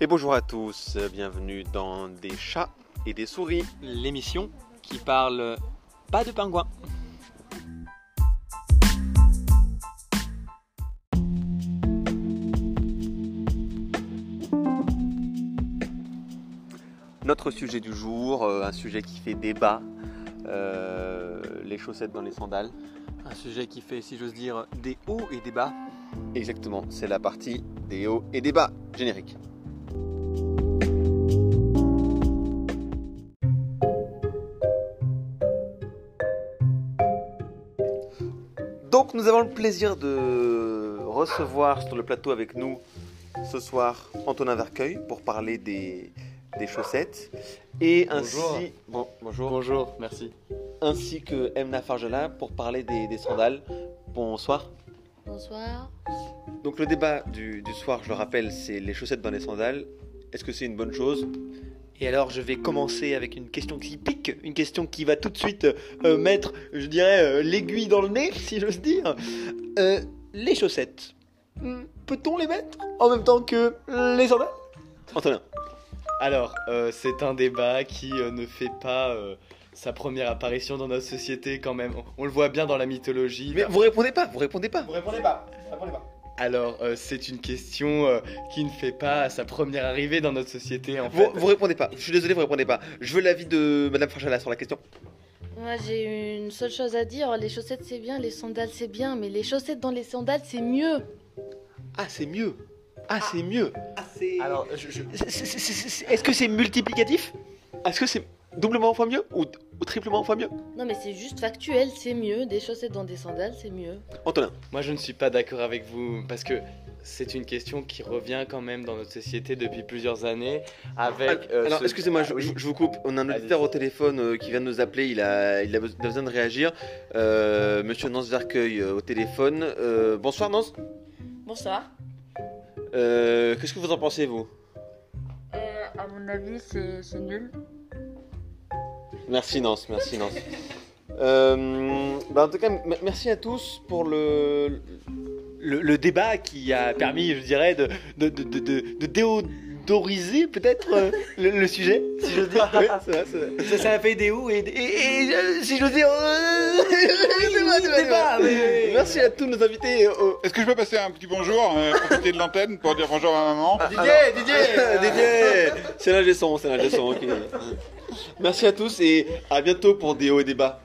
Et bonjour à tous, bienvenue dans Des chats et des souris. l'émission qui parle pas de pingouins. Notre sujet du jour, euh, un sujet qui fait débat, euh, les chaussettes dans les sandales. Un sujet qui fait, si j'ose dire, des hauts et des bas. Exactement, c'est la partie des hauts et des bas, générique. Donc nous avons le plaisir de recevoir sur le plateau avec nous ce soir Antonin Vercueil pour parler des, des chaussettes et Bonjour. ainsi bon, bonjour Bonjour, merci. ainsi que Emna Farjala pour parler des, des sandales. Bonsoir. Bonsoir. Donc le débat du, du soir, je le rappelle, c'est les chaussettes dans les sandales. Est-ce que c'est une bonne chose Et alors je vais commencer avec une question qui pique, une question qui va tout de suite euh, mettre, je dirais, euh, l'aiguille dans le nez, si j'ose dire. Euh, les chaussettes, hmm, peut-on les mettre en même temps que les sandales Antonin. Alors, euh, c'est un débat qui euh, ne fait pas euh, sa première apparition dans notre société quand même. On, on le voit bien dans la mythologie. Mais vous répondez pas, vous répondez pas. répondez pas, Alors, euh, c'est une question euh, qui ne fait pas à sa première arrivée dans notre société en Vous, fait. vous répondez pas. Je suis désolé, vous répondez pas. Je veux l'avis de Madame Farjala sur la question. Moi, j'ai une seule chose à dire. Les chaussettes, c'est bien. Les sandales, c'est bien. Mais les chaussettes dans les sandales, c'est mieux. Ah, c'est mieux. Ah, c'est mieux. Alors, je- je- C'est- c'est- c'est- c'est- c'est- Est-ce que c'est multiplicatif Est-ce que c'est doublement fois mieux ou, ou triplement fois mieux Non, mais c'est juste factuel. C'est mieux. Des chaussettes dans des sandales, c'est mieux. Antonin. moi, je ne suis pas d'accord avec vous parce que c'est une question qui revient quand même dans notre société depuis plusieurs années avec. euh, Alors, ce- excusez-moi, Ah, je, oui. je- je vous coupe. On a un Allez. auditeur au téléphone euh, qui vient de nous appeler. Il a, il a be- il a besoin de réagir. Euh, monsieur Nance Vercueil euh, au téléphone. Euh, bonsoir Nance. Bonsoir. Euh, Qu'est-ce que vous en pensez, vous Euh, à mon avis, c'est c'est nul. Merci Nance, merci Nance. Euh, bah, en tout cas, m- merci à tous pour le, le, le débat qui a permis, je dirais, de, de, de, de, de- de déodoriser peut-être euh, le, le sujet, si je dis. Oui, c'est vrai, c'est vrai. Ça, ça a fait des hauts et des... Et, et, euh, si je dis. euh, Oui, débat, oui, oui. Merci à tous nos invités. euh, Est-ce que je peux passer un petit bonjour euh, profiter de l'antenne pour dire bonjour à maman Didier, Didier, ah Didier. C'est la leçon, c'est la leçon. ok. Merci à tous et à bientôt pour des hauts et des bas.